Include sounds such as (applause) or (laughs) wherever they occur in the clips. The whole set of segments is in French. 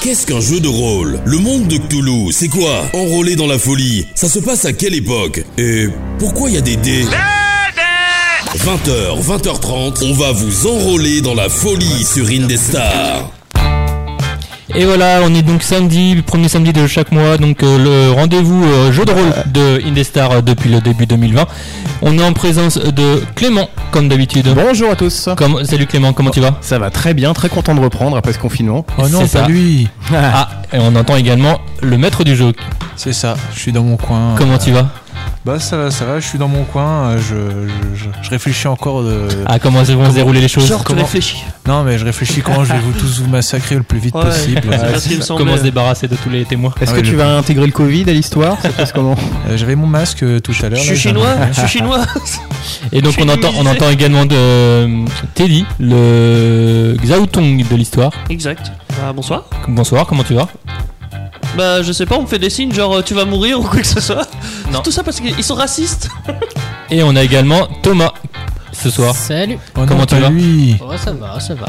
Qu'est-ce qu'un jeu de rôle Le monde de Cthulhu, c'est quoi Enrôlé dans la folie, ça se passe à quelle époque Et pourquoi il y a des dés 20h, 20h30, on va vous enrôler dans la folie sur Indestar. Et voilà, on est donc samedi, le premier samedi de chaque mois, donc euh, le rendez-vous euh, jeu de rôle de Indestar euh, depuis le début 2020. On est en présence de Clément, comme d'habitude. Bonjour à tous. Comme, salut Clément, comment tu vas Ça va très bien, très content de reprendre après ce confinement. Oh non, C'est ça. pas lui Ah, et on entend également le maître du jeu. C'est ça, je suis dans mon coin. Comment tu vas Bah ça va, ça va, je suis dans mon coin, euh, je, je- je- je réfléchis encore de... Ah, comment vont se dérouler les choses Genre, tu comment- réfléchis. Non mais je réfléchis comment je vais vous tous vous massacrer le plus vite Ouais, possible. c'est Euh, pas ce qui me semblait. Comment se débarrasser de tous les (laughs) témoins Est-ce Ah que oui, tu je- vas intégrer le Covid à l'histoire Ça se passe comment J'avais mon masque euh, tout à l'heure. Je là, suis j'en ai- chinois, (laughs) je suis chinois. Et donc Je suis on entend, on immunisé. entend également de euh, Teddy, le Xiaotong de l'histoire. Exact. Bah, bonsoir. Bonsoir, comment tu vas Bah, je sais pas, on me fait des signes genre euh, tu vas mourir ou quoi que ce soit. Non. Tout ça parce qu'ils sont racistes. Et on a également Thomas ce soir. Salut. Oh non, Comment tu pas vas lui. Ouais, ça va, ça va.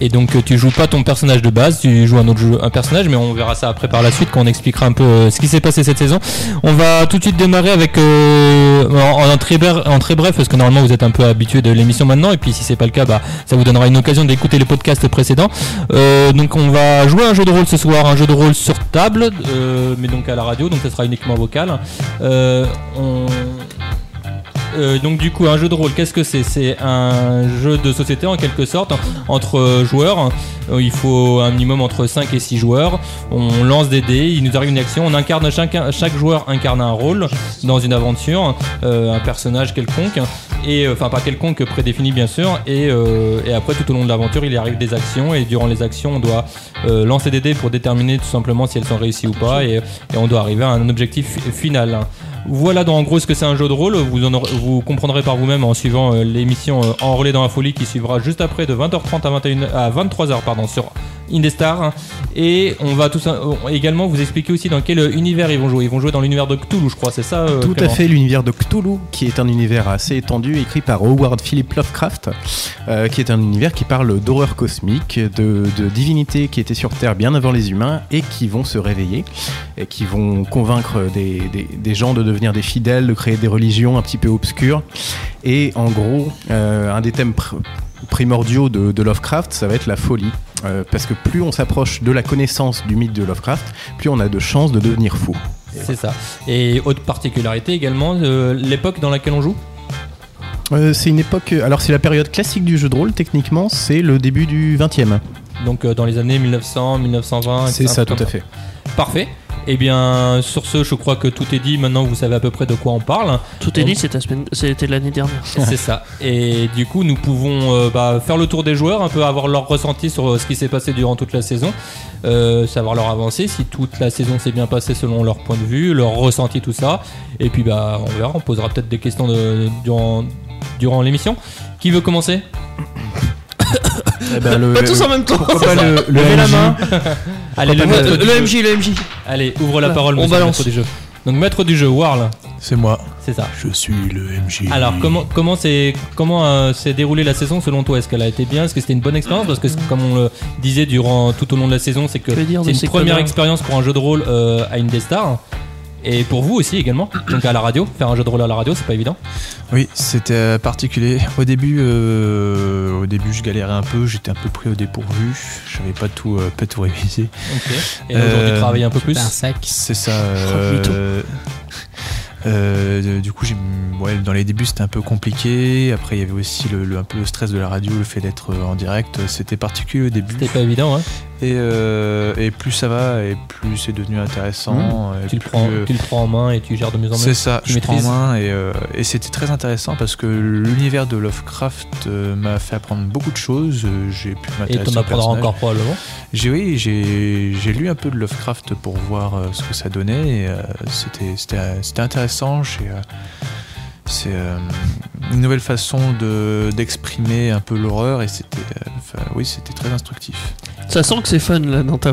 Et donc euh, tu joues pas ton personnage de base, tu joues un autre jeu- un personnage, mais on verra ça après par la suite quand on expliquera un peu euh, ce qui s'est passé cette saison. On va tout de suite démarrer avec euh, en, en très bref, en très bref parce que normalement vous êtes un peu habitué de l'émission maintenant et puis si c'est pas le cas, bah ça vous donnera une occasion d'écouter les podcasts précédents. Euh, donc on va jouer à un jeu de rôle ce soir, un jeu de rôle sur table, euh, mais donc à la radio, donc ça sera uniquement vocal. Euh, on euh, donc du coup un jeu de rôle, qu'est-ce que c'est C'est un jeu de société en quelque sorte entre euh, joueurs. Euh, Il faut un minimum entre 5 et 6 joueurs. On lance des dés, il nous arrive une action, on incarne chacun, chaque joueur incarne un rôle dans une aventure, euh, un personnage quelconque, et euh, enfin pas quelconque prédéfini bien sûr. Et, euh, et après tout au long de l'aventure, il y arrive des actions et durant les actions, on doit euh, lancer des dés pour déterminer tout simplement si elles sont réussies ou pas, et, et on doit arriver à un objectif fi- final. hein. Voilà dans en gros ce que c'est un jeu de rôle. Vous, en aurez- vous comprendrez par vous-même en suivant euh, l'émission euh, Enrôlé dans la folie qui suivra juste après de 20h30 à, 21, à 23h pardon, sur Indestar. hein. Et on va tous, on- également vous expliquer aussi dans quel euh, univers ils vont jouer. Ils vont jouer dans l'univers de Cthulhu, je crois, c'est ça euh, Tout à Clément fait l'univers de Cthulhu, qui est un univers assez étendu, écrit par Howard Philip Lovecraft, euh, qui est un univers qui parle d'horreur cosmique, de, de divinités qui étaient sur Terre bien avant les humains et qui vont se réveiller, et qui vont convaincre des, des- des gens de devenir des fidèles, de créer des religions un petit peu obscures. Et en gros, euh, un des thèmes pr- primordiaux de, de Lovecraft, ça va être la folie. Euh, parce que plus on s'approche de la connaissance du mythe de Lovecraft, plus on a de chances de devenir fou. C'est ça. Et autre particularité également, euh, l'époque dans laquelle on joue. Euh, c'est une époque. Alors, c'est la période classique du jeu de rôle, techniquement, c'est le début du 20 e Donc euh, dans les années 1900, 1920. C'est etc., ça, comme tout à fait. Parfait. Eh bien, sur ce, je crois que tout est dit. Maintenant, vous savez à peu près de quoi on (laughs) parle. Tout est dit, c'était la semaine- c'était l'année dernière. C'est ça. Et du coup, nous pouvons euh, bah, faire le tour des joueurs, un peu avoir leur ressenti sur euh, ce qui s'est passé durant toute la saison, euh, savoir leur avancée, si toute la saison s'est bien passée selon leur point de vue, leur ressenti, tout ça. Et puis, bah, on verra, on posera peut-être des questions de- durant, durant l'émission. Qui veut commencer Eh ben, le- Pas tous en même temps. pourquoi pas le, le Levez la MJ? main. Allez, le pas maître le- euh, du Le jeu. MJ, le MJ. Allez, ouvre la Voilà, parole, on monsieur, balance. maître du jeu. Donc, maître du jeu, Warl, C'est moi. c'est ça. Je suis le MJ. Alors comment comment s'est comment euh, s'est déroulée la saison selon toi Est-ce qu'elle a été bien Est-ce que c'était une bonne expérience Parce que c'est- comme on le disait durant tout au long de la saison, c'est que Que dire de c'est une ces première connards expérience pour un jeu de rôle euh, à une des stars. Et pour vous aussi également, donc à la radio, faire un jeu de rôle à la radio, c'est pas évident. Oui, c'était euh, particulier. Au début, euh, au début, je galérais un peu. J'étais un peu pris au dépourvu. J'avais pas tout, euh, pas tout révisé. Et là, aujourd'hui, Euh, travailler un peu plus. T'as un sac. (laughs) C'est ça. Oh, euh, euh, du coup, j'ai- ouais, dans les débuts, c'était un peu compliqué. Après, il y avait aussi le, le- un peu le stress de la radio, le fait d'être euh, en direct. C'était particulier au début. C'était pas évident. hein. Et, euh, et plus ça va, et plus c'est devenu intéressant. et Mmh. Tu le plus, prends, euh, tu le prends en main et tu gères de mieux en mieux. c'est ça, tu je prends en maîtrises. main et, euh, et c'était très intéressant parce que l'univers de Lovecraft euh, m'a fait apprendre beaucoup de choses. Euh, J'ai pu Et m'intéresser t'en au apprendras personnage. encore probablement. J'ai oui, j'ai j'ai lu un peu de Lovecraft pour voir euh, ce que ça donnait. et, euh, C'était c'était euh, c'était intéressant. J'ai, euh, C'est euh, une nouvelle façon de d'exprimer un peu l'horreur et c'était euh, enfin, oui c'était très instructif. Ça sent que c'est fun là dans ta.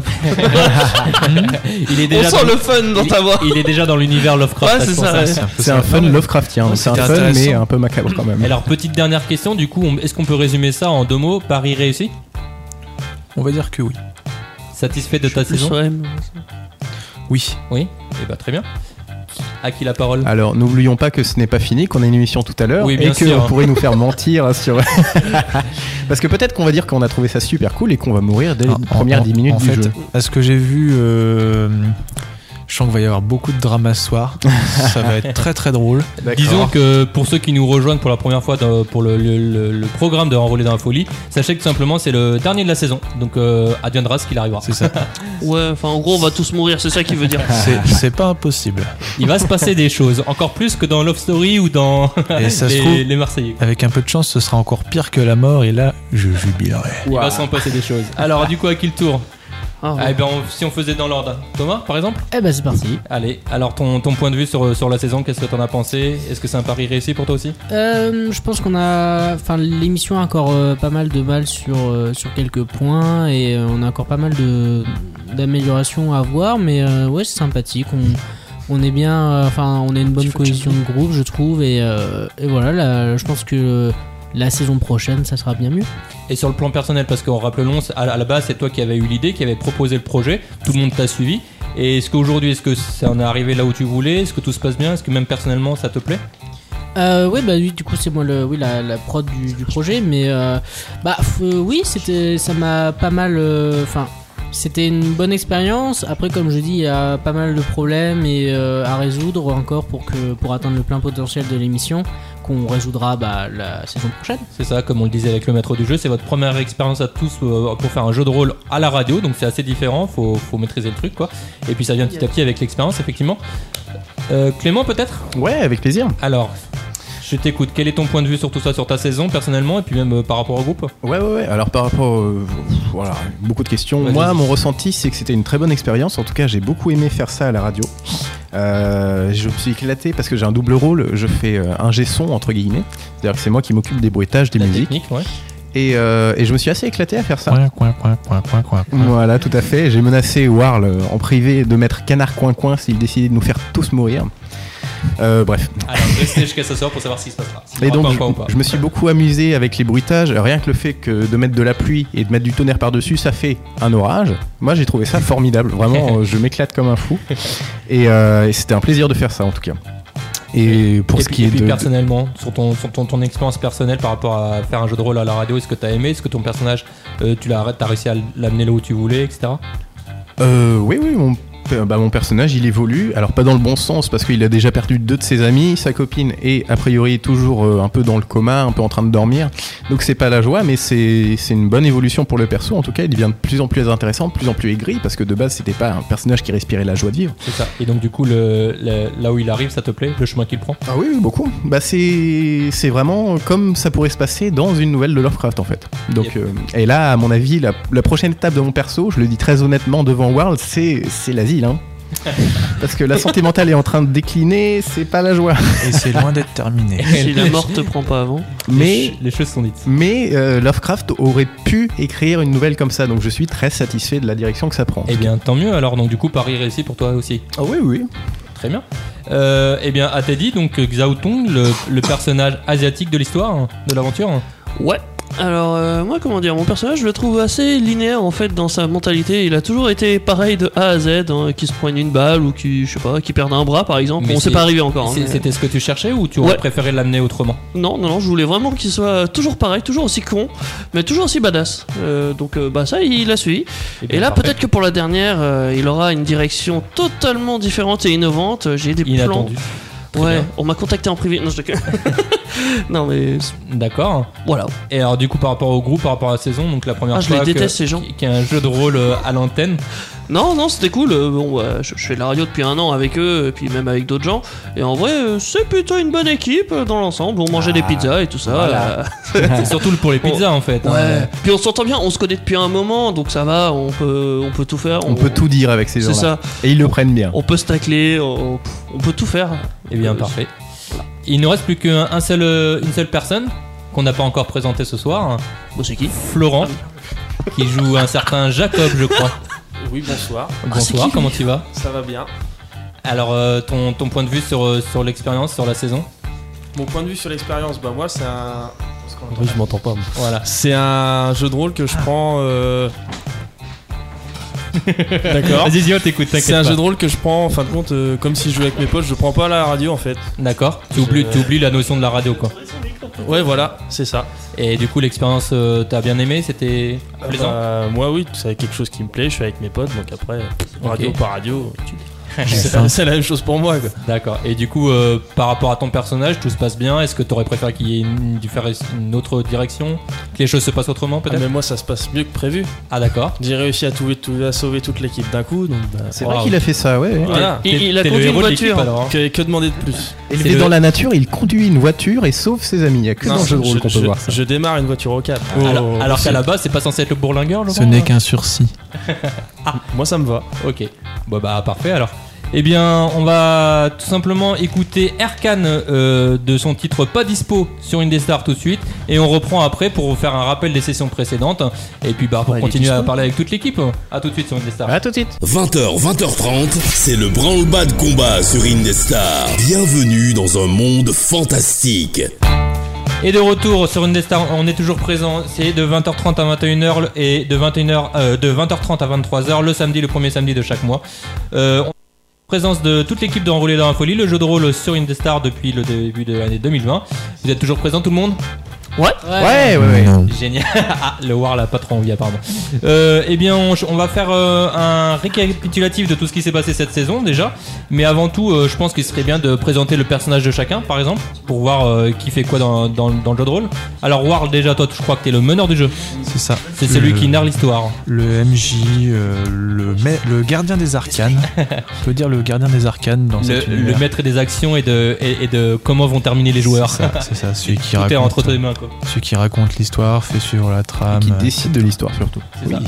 Il est On déjà sent dans, le fun dans ta voix. il est déjà dans l'univers Lovecraft. Ouais, c'est façon, ça, ouais. peu C'est un fun Lovecraftien. Non, C'est un c'était fun, intéressant. mais un peu macabre quand même. Alors petite dernière question, du coup, on- est-ce qu'on peut résumer ça en deux mots Paris réussi On va dire que oui. Satisfait de ta Plus saison RM. Oui. Oui Et bah très bien. À qui la Ah, parole Alors, n'oublions pas que ce n'est pas fini, qu'on a une émission tout à l'heure Oui, bien et que sûr. vous pourrez nous faire mentir sur. (laughs) Parce que peut-être qu'on va dire qu'on a trouvé ça super cool et qu'on va mourir dès les Ah, En- premières en- 10 minutes en du fait, jeu. À ce que j'ai vu, euh, je sens qu'il va y avoir beaucoup de drama ce (laughs) soir. ça va être très très drôle. Disons que pour ceux qui nous rejoignent pour la première fois dans- pour le, le- le- le programme de Enrôler dans la folie, sachez que tout simplement c'est le dernier de la saison. Donc euh, adviendra ce qu'il arrivera. C'est ça. Ouais, enfin en gros on va tous mourir, c'est ça qu'il (laughs) veut dire. Ah, C'est- C'est pas impossible. Il va se passer des choses, encore plus que dans Love Story ou dans Et ça se les, trouve- les Marseillais. Avec un peu de chance, ce sera encore pire que la mort. Et là, je jubilerai. Il va s'en passer des choses. Alors du coup à qui le tour Ah, Ah, eh ben, on- Si on faisait dans l'ordre, Thomas par exemple Eh ben c'est parti. Allez, alors ton, ton point de vue sur, sur la saison, qu'est-ce que t'en as pensé Est-ce que c'est un pari réussi pour toi aussi Euh, je pense qu'on a, enfin l'émission a encore euh, pas mal de mal sur euh, sur quelques points et euh, on a encore pas mal de d'améliorations à voir, mais euh, ouais c'est sympathique. On on est bien, euh, enfin on a une bonne cohésion de groupe, je trouve, et, euh, et voilà. là, je pense que euh, la saison prochaine, ça sera bien mieux. Et sur le plan personnel, parce qu'on rappelons, à la à la base, c'est toi qui avais eu l'idée, qui avait proposé le projet, tout le monde t'a suivi. Et est-ce qu'aujourd'hui, est-ce que ça en est arrivé là où tu voulais Est-ce que tout se passe bien Est-ce que même personnellement, ça te plaît Euh, ouais bah oui du coup c'est moi le oui la, la prod du, du projet mais euh, bah f- euh, oui c'était ça m'a pas mal euh, enfin c'était une bonne expérience après comme je dis il y a pas mal de problèmes et euh, à résoudre encore pour que pour atteindre le plein potentiel de l'émission qu'on résoudra bah, la saison prochaine C'est ça, comme on le disait avec le maître du jeu, c'est votre première expérience à tous euh, pour faire un jeu de rôle à la radio, donc c'est assez différent, faut, faut maîtriser le truc, quoi. Et puis ça vient petit à petit avec l'expérience, effectivement. Euh, Clément, peut-être Ouais, avec plaisir. Alors, je t'écoute, quel est ton point de vue sur tout ça, sur ta saison, personnellement, et puis même euh, par rapport au groupe Ouais, ouais, ouais. Alors, par rapport. euh, voilà, beaucoup de questions. Vas-y, Moi, vas-y. mon ressenti, c'est que c'était une très bonne expérience. En tout cas, j'ai beaucoup aimé faire ça à la radio. Euh, je me suis éclaté parce que j'ai un double rôle. Je fais euh, un G-son, entre guillemets. C'est-à-dire que c'est moi qui m'occupe des bruitages, des La musiques. technique, ouais. Et, euh, et je me suis assez éclaté à faire ça. Coin, coin, coin, coin, coin, coin. Voilà, tout à fait. J'ai menacé Warl euh, en privé de mettre canard coin-coin s'il décidait de nous faire tous mourir. Euh, bref. Alors, restez jusqu'à ce soir pour savoir ce qui se passera. S'il Et y aura donc, pas je, encore ou pas. je me suis beaucoup amusé avec les bruitages. Rien que le fait que de mettre de la pluie et de mettre du tonnerre par-dessus, ça fait un orage. Moi, j'ai trouvé ça formidable. (laughs) Vraiment, euh, je m'éclate comme un fou. Et, euh, et c'était un plaisir de faire ça, en tout cas. Et pour et ce puis, qui et est puis de. personnellement, sur ton, sur ton, ton expérience personnelle par rapport à faire un jeu de rôle à la radio, est-ce que t'as aimé Est-ce que ton personnage, euh, tu l'as t'as réussi à l'amener là où tu voulais, etc. Euh, oui, oui, mon, pe- bah, mon personnage, il évolue. Alors, pas dans le bon sens, parce qu'il a déjà perdu deux de ses amis, sa copine, et a priori toujours euh, un peu dans le coma, un peu en train de dormir. Donc, c'est pas la joie, mais c'est c'est une bonne évolution pour le perso. En tout cas, il devient de plus en plus intéressant, de plus en plus aigri, parce que de base, c'était pas un personnage qui respirait la joie de vivre. C'est ça. Et donc, du coup, le, le- là où il arrive, ça te plaît Le chemin qu'il prend Ah oui, oui, beaucoup. Bah, c'est c'est vraiment comme ça pourrait se passer dans une nouvelle de Lovecraft, en fait. Donc, Yep. euh, et là, à mon avis, la, la prochaine étape de mon perso, je le dis très honnêtement devant World, c'est c'est l'asile, hein. Parce que la santé mentale est en train de décliner, c'est pas la joie. Et c'est loin d'être terminé. (laughs) Si la mort te prend pas avant. Les Mais, ch- les choses sont dites. mais euh, Lovecraft aurait pu écrire une nouvelle comme ça, donc je suis très satisfait de la direction que ça prend. Eh bien, tant mieux alors. Donc, du coup, Paris réussi pour toi aussi. Ah oui, oui. Très bien. Euh, eh bien, à Teddy, donc euh, Xiao Tong, le, le personnage asiatique de l'histoire, hein, de l'aventure. hein. Ouais. Alors euh, moi comment dire, mon personnage je le trouve assez linéaire en fait dans sa mentalité. Il a toujours été pareil de A à Z, hein, qui se prenne une balle ou qui je sais pas, qui perd un bras par exemple. Mais on c'est- sait pas arrivé encore. hein, C'est- mais- C'était ce que tu cherchais ou tu aurais Ouais. préféré l'amener autrement Non, non, non, je voulais vraiment qu'il soit toujours pareil, toujours aussi con, mais toujours aussi badass. Euh, donc euh, bah ça il a suivi. Eh bien, Et là parfait. peut-être que pour la dernière, euh, il aura une direction totalement différente et innovante. Euh, J'ai des plans. Inattendu. Très Ouais, bien. on m'a contacté en privé. Non, je déconne. (laughs) non mais D'accord. voilà. Et alors du coup par rapport au groupe, par rapport à la saison, donc la première Ah, je fois les que- déteste, ces gens. qui- qui est un jeu de rôle euh, à l'antenne. Non, non, c'était cool. Euh, bon, euh, je, je fais de la radio depuis un an avec eux, et puis même avec d'autres gens. Et en vrai, euh, c'est plutôt une bonne équipe euh, dans l'ensemble. On mangeait des pizzas et tout ça. voilà. euh, C'est surtout pour les pizzas en fait. hein. Oh. (laughs) ouais. Puis on s'entend bien, on se connaît depuis un moment, donc ça va. On peut, on peut tout faire. On peut tout dire avec ces C'est gens-là. ça. Et ils le prennent bien. On peut se tacler. On, pff, on peut tout faire. Eh bien Euh, parfait. Il ne reste plus qu'un un seul, euh, une seule personne qu'on n'a pas encore présentée ce soir, hein. Bon, c'est qui Florent, qui joue un certain Jacob je crois. Ah, Oui, bonsoir. Bonsoir, comment tu vas Ça va bien. Alors euh, ton, ton point de vue sur, euh, sur l'expérience, sur la saison Mon point de vue sur l'expérience, bah moi c'est un. Parce qu'on entend- Ah. Oui, je m'entends pas. moi. Voilà. (laughs) C'est un jeu de rôle que je prends. euh, D'accord. D'accord. Vas-y, Zio, t'écoutes, t'inquiète. C'est un pas. jeu de rôle que je prends en fin de compte, euh, comme si je jouais avec mes potes, je prends pas la radio en fait. D'accord. Tu oublies, tu oublies la notion de la radio, quoi. Ouais, voilà, c'est ça. Et du coup, l'expérience, euh, t'as bien aimé C'était Euh, plaisant Bah, moi, oui, c'est quelque chose qui me plaît, je suis avec mes potes, donc après, radio par radio, (laughs) tu- c'est faim. la- c'est la même chose pour moi. Quoi. D'accord. Et du coup, euh, par rapport à ton personnage, tout se passe bien Est-ce que t'aurais préféré qu'il y ait une, différence- une autre direction Que les choses se passent autrement, Ah, peut-être mais moi, ça se passe mieux que prévu. Ah, d'accord. J'ai réussi à, tout- tout- à sauver toute l'équipe d'un coup, donc bah, C'est Wow. vrai qu'il a fait ça, ouais. ouais. voilà. Il, il a t'es le conduit une héros de l'équipe, voiture. alors, hein. Que, que demander de plus Élevé C'est le- dans la nature, il conduit une voiture et sauve ses amis. Il n'y a que Non, dans le jeu de rôle qu'on peut je- voir ça. Je démarre une voiture au cap. Ah, Oh, alors alors qu'à la base, c'est pas censé être le bourlingueur, je Ce crois. n'est qu'un sursis. Moi, ça me va. Ok. Bah, bah, parfait alors. Eh bien, on va tout simplement écouter Erkan euh, de son titre Pas Dispo sur Indestar tout de suite. Et on reprend après pour vous faire un rappel des sessions précédentes. Et puis, bah, pour Ouais, il est continuer à dispo. parler avec toute l'équipe. À tout de suite sur Indestar. À tout de suite. 20h, 20h30, c'est le branle-bas de combat sur Indestar. Bienvenue dans un monde fantastique. Et de retour sur Indestar, on est toujours présent. C'est de 20h30 à 21h et de 21h euh, de 20h30 à 23h le samedi, le premier samedi de chaque mois. Euh, on- Présence de toute l'équipe d'Enroulé dans la folie, le jeu de rôle sur Indestar depuis le début de l'année 2020. Vous êtes toujours présent tout le monde Ouais, ouais, ouais. Génial. (laughs) Ah, le War l'a pas trop envie apparemment. Euh, eh bien, on, on va faire euh, un récapitulatif de tout ce qui s'est passé cette saison déjà. Mais avant tout, euh, je pense qu'il serait bien de présenter le personnage de chacun, par exemple, pour voir euh, qui fait quoi dans, dans- dans le jeu de rôle. Alors War, déjà, toi, je crois que t'es le meneur du jeu. C'est ça. C'est celui Le- qui narre l'histoire. Le MJ, euh, le, ma- le gardien des arcanes. On peut dire le gardien des arcanes dans Le, cet univers. le maître des actions et de, et, et de comment vont terminer les joueurs. C'est ça, c'est ça, celui qui Tout est entre raconte, tes mains, quoi. celui qui raconte l'histoire, fait suivre la Et trame Qui décide de l'histoire surtout. C'est ça.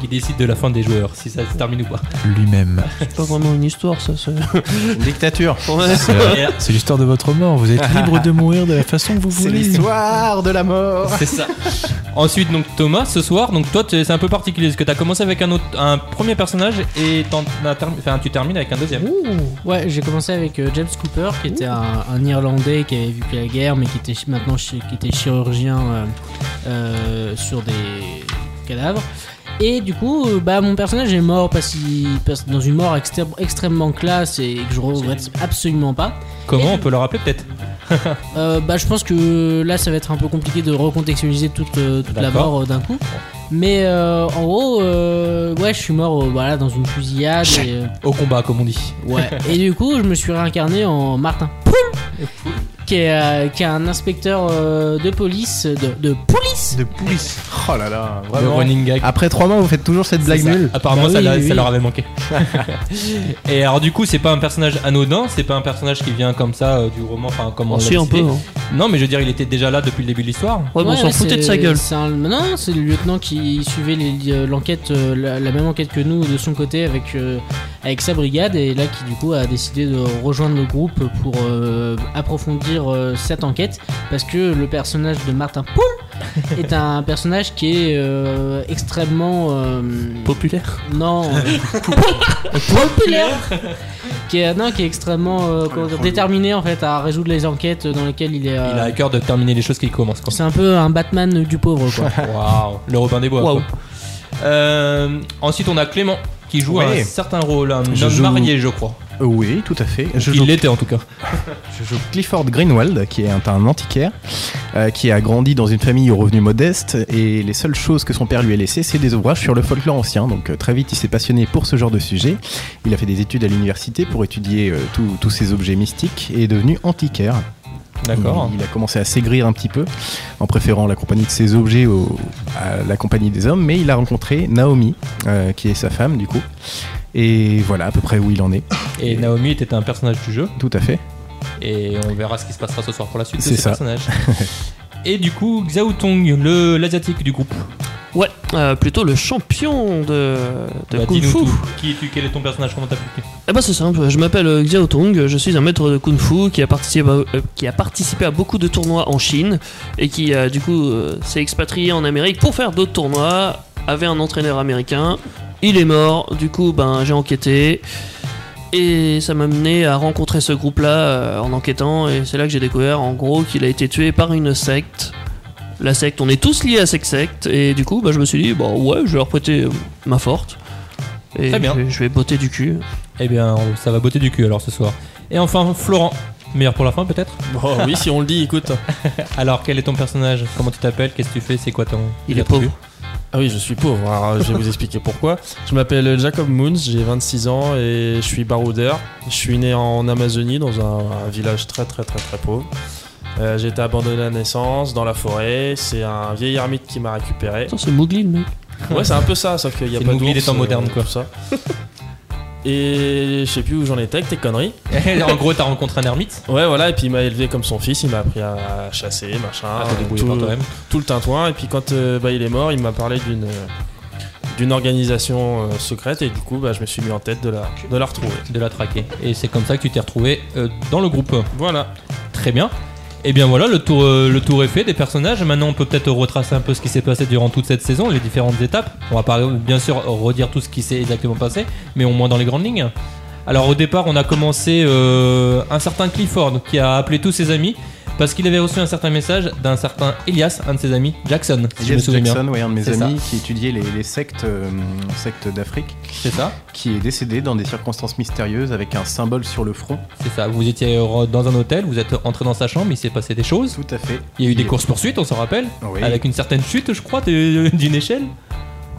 Qui décide de la fin des joueurs, si ça se termine ou pas. euh, lui-même. C'est pas vraiment une histoire, ça. c'est- (laughs) Une dictature. Ouais. C'est la- C'est l'histoire de votre mort. Vous êtes libre de mourir de la façon que vous C'est voulez. l'histoire de la mort. C'est ça. (laughs) Ensuite, donc Thomas, ce soir, donc toi, t'es- c'est un peu particulier parce que t'as commencé avec un, autre, un premier personnage et t'en- t'as termi- enfin, tu termines avec un deuxième. Ouais, j'ai commencé avec euh, James Cooper, qui était un, un Irlandais qui avait vécu la guerre, mais qui était chi- maintenant chi- qui était chirurgien euh, euh, sur des cadavres. Et du coup, euh, bah, mon personnage est mort parce qu'il passe dans une mort extré- extrêmement classe et que je regrette absolument pas. Comment on peut le rappeler peut-être Euh, bah, je pense que là, ça va être un peu compliqué de recontextualiser toute, euh, toute la D'accord. mort euh, d'un coup. Mais euh, en gros, euh, ouais, je suis mort euh, voilà, dans une fusillade. Et, euh, Au combat, comme on dit. Ouais. Et du coup, je me suis réincarné en Martin. Poum qui est, euh, qui est un inspecteur euh, de police. De, de police De police. Oh là là, Le vraiment. Ah, running gag. Après trois mois, vous faites toujours cette blague C'est ça. nulle. Apparemment, Bah ça, oui, l'a- oui, ça oui. leur avait manqué. et alors, du coup, c'est pas un personnage anodin, c'est pas un personnage qui vient comme ça euh, du roman, enfin, comme on Si, l'a un peu. cité. hein. Non, mais je veux dire, il était déjà là depuis le début de l'histoire. Ouais, mais on s'en ouais, foutait de c'est- sa gueule. c'est un- non, c'est le lieutenant qui suivait les- euh, l'enquête, euh, la, la même enquête que nous de son côté avec, euh, avec sa brigade et là qui du coup a décidé de rejoindre le groupe pour euh, approfondir euh, cette enquête parce que le personnage de Martin Poum (laughs) est un personnage qui est euh, extrêmement euh, Populaire. (laughs) Non. populaire. qui est, non, qui est extrêmement Ah, euh, comment dire, déterminé en fait à résoudre les enquêtes dans lesquelles il est. euh, Il a à cœur de terminer les choses qu'il commence. quoi. C'est un peu un Batman du pauvre quoi. Waouh, le Robin des Bois. Waouh. quoi. Euh, ensuite, on a Clément qui joue Ouais. un certain rôle, un Je homme joue- marié, je crois. Euh, Oui, tout à fait. Je Il joue, l'était en tout cas. je joue Clifford Greenwald, qui est un, un antiquaire, euh, qui a grandi dans une famille aux revenus modestes, et les seules choses que son père lui a laissées, c'est des ouvrages sur le folklore ancien. Donc euh, très vite, il s'est passionné pour ce genre de sujet. Il a fait des études à l'université pour étudier euh, tous- tous ces objets mystiques, et est devenu antiquaire. D'accord. Il, il a commencé à s'aigrir un petit peu en préférant la compagnie de ses objets au- à la compagnie des hommes, mais il a rencontré Naomi, euh, qui est sa femme du coup. Et voilà à peu près où il en est, Et Naomi était un personnage du jeu tout à fait. et on verra ce qui se passera ce soir pour la suite de C'est ce ça. (laughs) personnage. et du coup, Xiao Tong, le l'asiatique du groupe. Ouais, euh, plutôt le champion de, de Bah, Kung dis-nous Fu. tout. Qui es-tu Quel est ton personnage Comment t'appliques Eh ben c'est simple, je m'appelle euh, Xiao Tong, euh, je suis un maître de Kung Fu qui a participé à, euh, qui a participé à beaucoup de tournois en Chine et qui euh, du coup euh, s'est expatrié en Amérique pour faire d'autres tournois, avait un entraîneur américain, il est mort, du coup ben j'ai enquêté et ça m'a mené à rencontrer ce groupe là en enquêtant et c'est là que j'ai découvert en gros qu'il a été tué par une secte. La ben, secte, on est tous liés à cette secte et du coup bah, je me suis dit bah ouais je vais leur prêter euh, ma forte. Et Très bien. Je, je vais botter du cul. Eh bien, on- ça va botter du cul alors ce soir. Et enfin, Florent. Meilleur pour la fin peut-être Oh oui, si on le dit, écoute. Alors, quel est ton personnage Comment tu t'appelles Qu'est-ce que tu fais C'est quoi ton. Il est attribut pauvre. Ah oui, je suis pauvre. Alors, je vais vous expliquer pourquoi. Je m'appelle Jacob Moons, j'ai 26 ans et je suis baroudeur. Je suis né en Amazonie, dans un, un village très très très très pauvre. Euh, j'ai été abandonné à la naissance, dans la forêt. C'est un vieil ermite qui (laughs) m'a récupéré. Attends, c'est Mowgli le mec. Ouais, c'est un peu ça, sauf qu'il n'y a C'est pas le Mowgli d'ours, des temps euh, modernes, quoi. tout ça. Et je sais plus où j'en étais avec tes conneries. (laughs) en gros, t'as rencontré un ermite Ouais, voilà, et puis il m'a élevé comme son fils, il m'a appris à chasser, machin. Ah, t'es débrouillé tout- par toi-même. tout le tintouin. Et puis quand euh, bah, il est mort, il m'a parlé d'une euh, d'une organisation euh, secrète et du coup bah, je me suis mis en tête de la, de la retrouver. de la traquer. Et c'est comme ça que tu t'es retrouvé euh, dans le groupe. Voilà. Très bien. Et bien voilà, le tour, euh, le tour est fait des personnages. Maintenant, on peut peut-être retracer un peu ce qui s'est passé durant toute cette saison, les différentes étapes. On va pas, bien sûr redire tout ce qui s'est exactement passé, mais au moins dans les grandes lignes. Alors au départ, on a commencé euh, un certain Clifford qui a appelé tous ses amis parce qu'il avait reçu un certain message d'un certain Elias, un de ses amis, Jackson, si je me Jess souviens bien. Jackson, ouais, un de mes C'est amis qui étudiait les, les sectes, euh, sectes d'Afrique, C'est ça qui est décédé dans des circonstances mystérieuses avec un symbole sur le front. C'est ça. Vous étiez euh, dans un hôtel, vous êtes entré dans sa chambre, il s'est passé des choses. Tout à fait. Il y a eu des est- courses-poursuites, on s'en rappelle Oui. Avec une certaine chute, je crois, de- (laughs) d'une échelle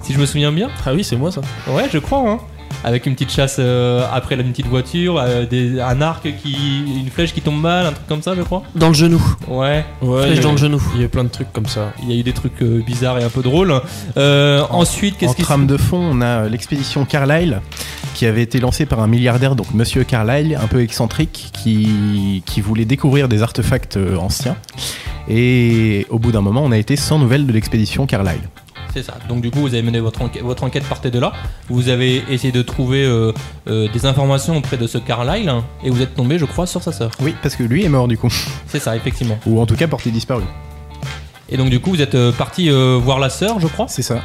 Si je me souviens bien. Ah oui, c'est moi ça. Ouais, je crois, hein. Avec une petite chasse euh, après la- une petite voiture, euh, des- un arc qui. une flèche qui tombe mal, un truc comme ça, je crois. Dans le genou. Ouais. Ouais, Flèche il y, dans a, le genou. il y a plein de trucs comme ça. Il y a eu des trucs euh, bizarres et un peu drôles. Euh, ensuite, En qu'est-ce qui. se- trame de fond, on a euh, l'expédition Carlyle qui avait été lancée par un milliardaire, donc Monsieur Carlyle, un peu excentrique, qui, qui voulait découvrir des artefacts euh, anciens. Et au bout d'un moment, on a été sans nouvelles de l'expédition Carlyle. C'est ça. Donc, du coup, vous avez mené votre enquête, votre enquête partait de là. Vous avez essayé de trouver euh, euh, des informations auprès de ce Carlyle hein, et vous êtes tombé, je crois, sur sa sœur. Oui, parce que lui est mort du coup, (laughs) C'est ça, effectivement. ou en tout cas porté disparu. Et donc, du coup, vous êtes euh, parti euh, voir la sœur, je crois. C'est ça.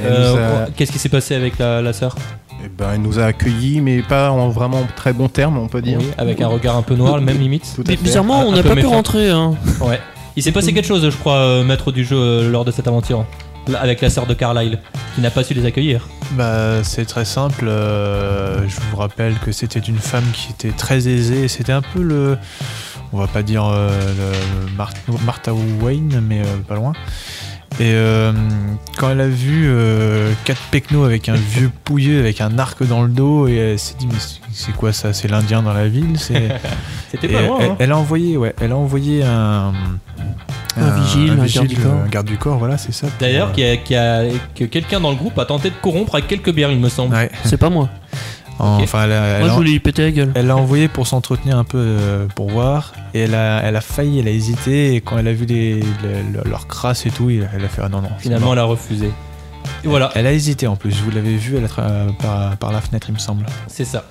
Elle, Euh, nous a, Qu'est-ce qui s'est passé avec la, la sœur eh ben, elle nous a accueillis, mais pas en vraiment très bon terme, on peut dire. Oui, avec un regard un peu noir, même limite. Tout à Mais fait. bizarrement, Un- on un n'a peu pas pu méfiant. rentrer. hein. Ouais. Il s'est passé quelque chose, je crois, euh, maître du jeu, euh, lors de cette aventure. Là, Avec la sœur de Carlyle, qui n'a pas su les accueillir. Bah, c'est très simple. euh, je vous rappelle que c'était une femme qui était très aisée. C'était un peu le. On va pas dire euh, le Mar- Martha Wayne, mais euh, pas loin. Et euh, quand elle a vu euh, quatre pecnos (laughs) avec un vieux pouilleux, avec un arc dans le dos, et elle s'est dit Mais c'est- c'est quoi ça C'est l'Indien dans la (laughs) ville c'est... C'était Et pas loin, elle, hein. elle a envoyé, ouais, elle a envoyé un. Un vigile, un garde du corps. un garde du corps, voilà, c'est ça. pour, D'ailleurs, euh, qu'il y a- qu'il y a- que quelqu'un dans le groupe a tenté de corrompre avec quelques bières, il me semble. ouais. C'est pas moi. En- Ok. Enfin, elle a- elle Moi, a- je voulais lui péter la gueule. elle l'a envoyé pour s'entretenir un peu, euh, pour voir. Et elle a, elle a failli, elle a hésité. Et quand elle a vu les, les- le- leur crasse et tout, il- elle a fait ah non, non. c'est Finalement, mort. elle a refusé. Et voilà, Elle a hésité en plus. Vous l'avez vu elle a tra- euh, par, par la fenêtre, il me semble. c'est ça.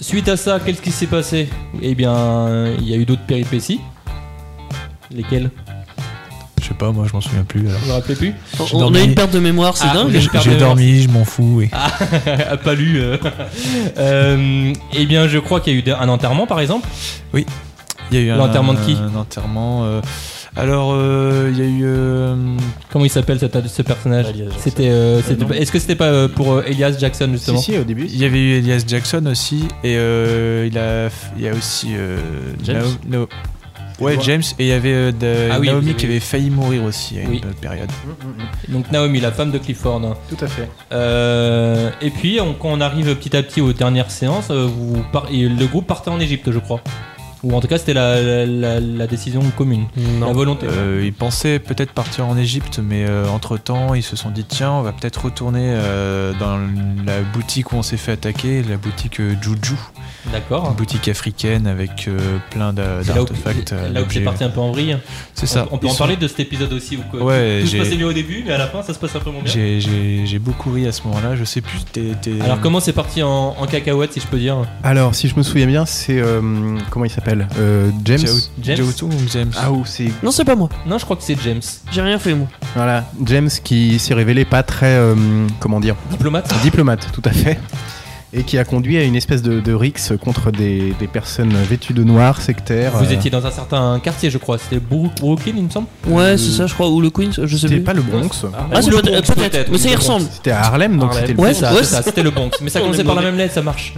Suite à ça, qu'est-ce qui s'est passé Eh bien, il y a eu d'autres péripéties. Lesquelles Je sais pas, moi, je m'en souviens plus. alors. Vous vous rappelez plus On, J'ai on dormi. a une perte de mémoire, c'est Ah, dingue. oui. Ah, Je perds J'ai mes dormi, je m'en fous. Et... (laughs) a pas lu. euh. Euh, eh bien, je crois qu'il y a eu un enterrement, par exemple. Il y a eu un- L'enterrement de qui Un enterrement. euh, Alors, euh, il y a eu. euh, Comment il s'appelle cet- ce personnage Alias Jackson. C'était. euh, c'était non. pas- Est-ce que c'était pas euh, pour euh, Elias Jackson Si, justement si, au début. Il y avait eu Elias Jackson aussi, et euh, il, a, il y a aussi. euh, James Nao- Nao- Ouais, James, et il y avait euh, de- Ah oui, Naomi vous avez- qui avait failli mourir aussi à Oui. une période. Donc Naomi, la femme de Clifford. Tout à fait. Euh, et puis on- quand on arrive petit à petit aux dernières séances, euh, vous par- et le groupe partait en Égypte, je crois. Ou en tout cas, c'était la, la- la- la décision commune, la volonté. Euh, ils pensaient peut-être partir en Égypte, mais entre temps, ils se sont dit tiens, on va peut-être retourner euh, dans la boutique où on s'est fait attaquer, la boutique euh, Juju, une D'accord. boutique africaine avec euh, plein d'a- Ah. C'est là où, d'artefacts. là euh, où c'est d'objets. parti un peu en vrille. C'est ça. On, on peut Ils en sont- parler de cet épisode aussi. Où, quoi, Ouais, tout se j'ai- passait bien au début, mais à la fin, ça se passe un peu moins bien. J'ai- J'ai j'ai beaucoup ri à ce moment-là, je sais plus. t'es- t'es- Alors comment c'est parti en, en cacahuète, si je peux dire Alors, si je me souviens bien, c'est. euh, comment il s'appelle Euh, James Jao- James Jaotou ou James Ah, ou c'est. Non, c'est pas moi. Non, je crois que c'est James. J'ai rien fait, moi. Voilà, James qui s'est révélé pas très. euh, comment dire Diplomate Diplomate, tout à fait. et qui a conduit à une espèce de, de rixe contre des, des personnes vêtues de noir, sectaires. Vous euh, étiez dans un certain quartier, je crois. C'était Broo- Brooklyn, il me semble. Ouais, c'est ça, je crois. Ou le Queens, je sais C'était plus. pas le Bronx. Ah, c'est Ou le peut- Bronx, peut-être, mais oui, ça le Bronx. y ressemble. C'était à Harlem, donc Harlem. c'était le Ouais, Ouais, c'est ça, ouais, c'est ça, c'était le Bronx. Mais ça On est commençait par la mauvais. même lettre, ça marche.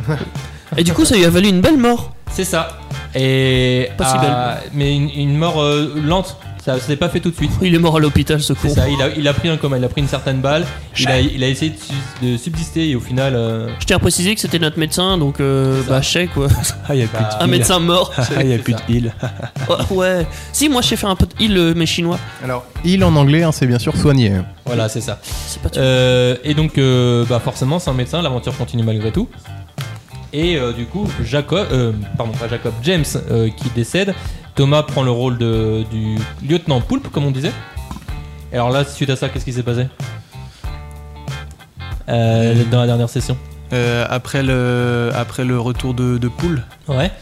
Et du coup, ça lui a valu une belle mort. C'est ça. Et. Pas si ah, Mais une, une mort euh, lente. Ça s'est pas fait tout de suite. Il est mort à l'hôpital, ce con. C'est ça, il a, il a pris un coma, il a pris une certaine balle, il a, il a essayé de, su- de subsister et au final. euh, Je tiens à préciser que c'était notre médecin, donc euh, C'est ça. bah, je sais quoi. Ah, il n'y a plus Bah, de Un île. médecin mort. (laughs) Ah, il n'y a C'est plus ça. de île. Ouais, ouais. Si, moi, je sais faire un peu de heal, euh, mais chinois. Alors, il en anglais, hein, c'est bien sûr soigné. Voilà, c'est ça. C'est pas tout. Euh, et donc, euh, bah forcément, sans médecin, l'aventure continue malgré tout. Et euh, du coup, Jacob, euh, pardon, pas Jacob, James euh, qui décède. Thomas prend le rôle de, du lieutenant Poulpe, comme on disait. Et alors là, suite à ça, qu'est-ce qui s'est passé Euh, Dans la dernière session. Euh, après, le, après le retour de, de Poule, Ouais.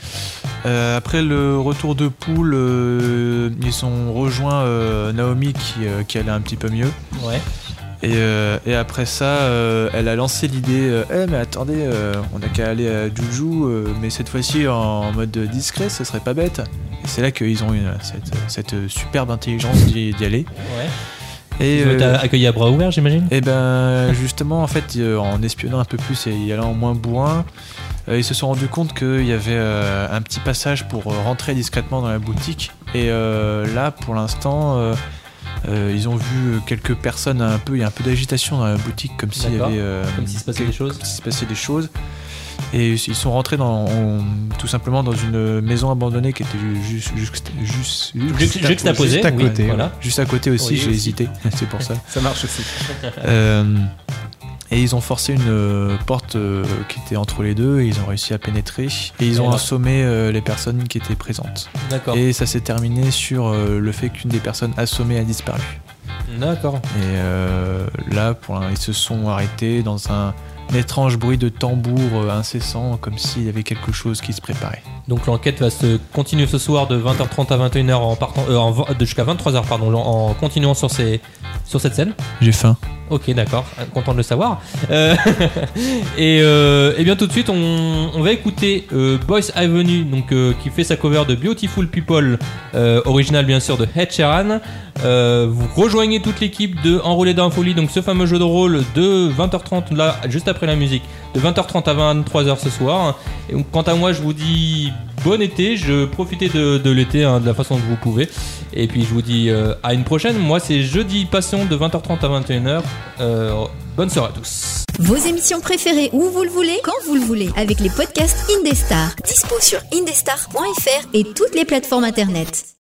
Euh, après le retour de poule, euh, ils ont rejoint euh, Naomi qui, euh, qui allait un petit peu mieux. Ouais. Et, euh, et après ça, euh, elle a lancé l'idée euh, Eh, mais attendez, euh, on n'a qu'à aller à Juju, euh, mais cette fois-ci en, mode discret, ça serait pas bête. Et c'est là qu'ils ont eu euh, cette, cette superbe intelligence d'y d'y aller. Ouais. Et, Ils ont été euh, accueillis à bras ouverts, j'imagine. et ben justement en fait euh, en espionnant un peu plus et y allant moins bourrin, euh, ils se sont rendus compte qu'il y avait euh, un petit passage pour euh, rentrer discrètement dans la boutique. Et euh, là pour l'instant euh, euh, ils ont vu quelques personnes un peu, il y a un peu d'agitation dans la boutique comme s'il y D'accord. avait euh, Comme s'il se passait des choses. comme s'il se passait des choses. Et ils sont rentrés dans, en- tout simplement dans une maison abandonnée qui était ju- juste juste juste Juxtaposé, Juxtaposé, juste à oui, côté, voilà. Juste à côté aussi, Oui, j'ai aussi. hésité, c'est pour ça. Ça marche aussi. (laughs) Euh, et ils ont forcé une euh, porte euh, qui était entre les deux et ils ont réussi à pénétrer et ils ont Voilà. assommé euh, les personnes qui étaient présentes. D'accord. Et ça s'est terminé sur euh, le fait qu'une des personnes assommées a disparu. D'accord. Et euh, là, pour l'in- ils se sont arrêtés dans un étrange bruit de tambour euh, incessant comme s'il y avait quelque chose qui se préparait. Donc l'enquête va se continuer ce soir de 20h30 à 21h en partant euh, en v- de- jusqu'à 23h pardon en en continuant sur ces sur cette scène. J'ai faim. Ok d'accord, content de le savoir. Euh, (laughs) et, euh, eh bien tout de suite on, on va écouter euh, Boyce Avenue donc euh, qui fait sa cover de Beautiful People euh, original bien sûr de Ed Sheeran. Euh, vous rejoignez toute l'équipe de Enrôlé dans la folie donc ce fameux jeu de rôle de 20h30 là juste après la musique de 20h30 à 23h ce soir. Et donc, quant à moi, je vous dis bon été. Je profitais de, de l'été hein, de la façon que vous pouvez. Et puis, je vous dis euh, à une prochaine. Moi, c'est jeudi passion de 20h30 à 21h. Euh, bonne soirée à tous. Vos émissions préférées où vous le voulez, quand vous le voulez, avec les podcasts Indestar. Dispo sur indestar.fr et toutes les plateformes internet.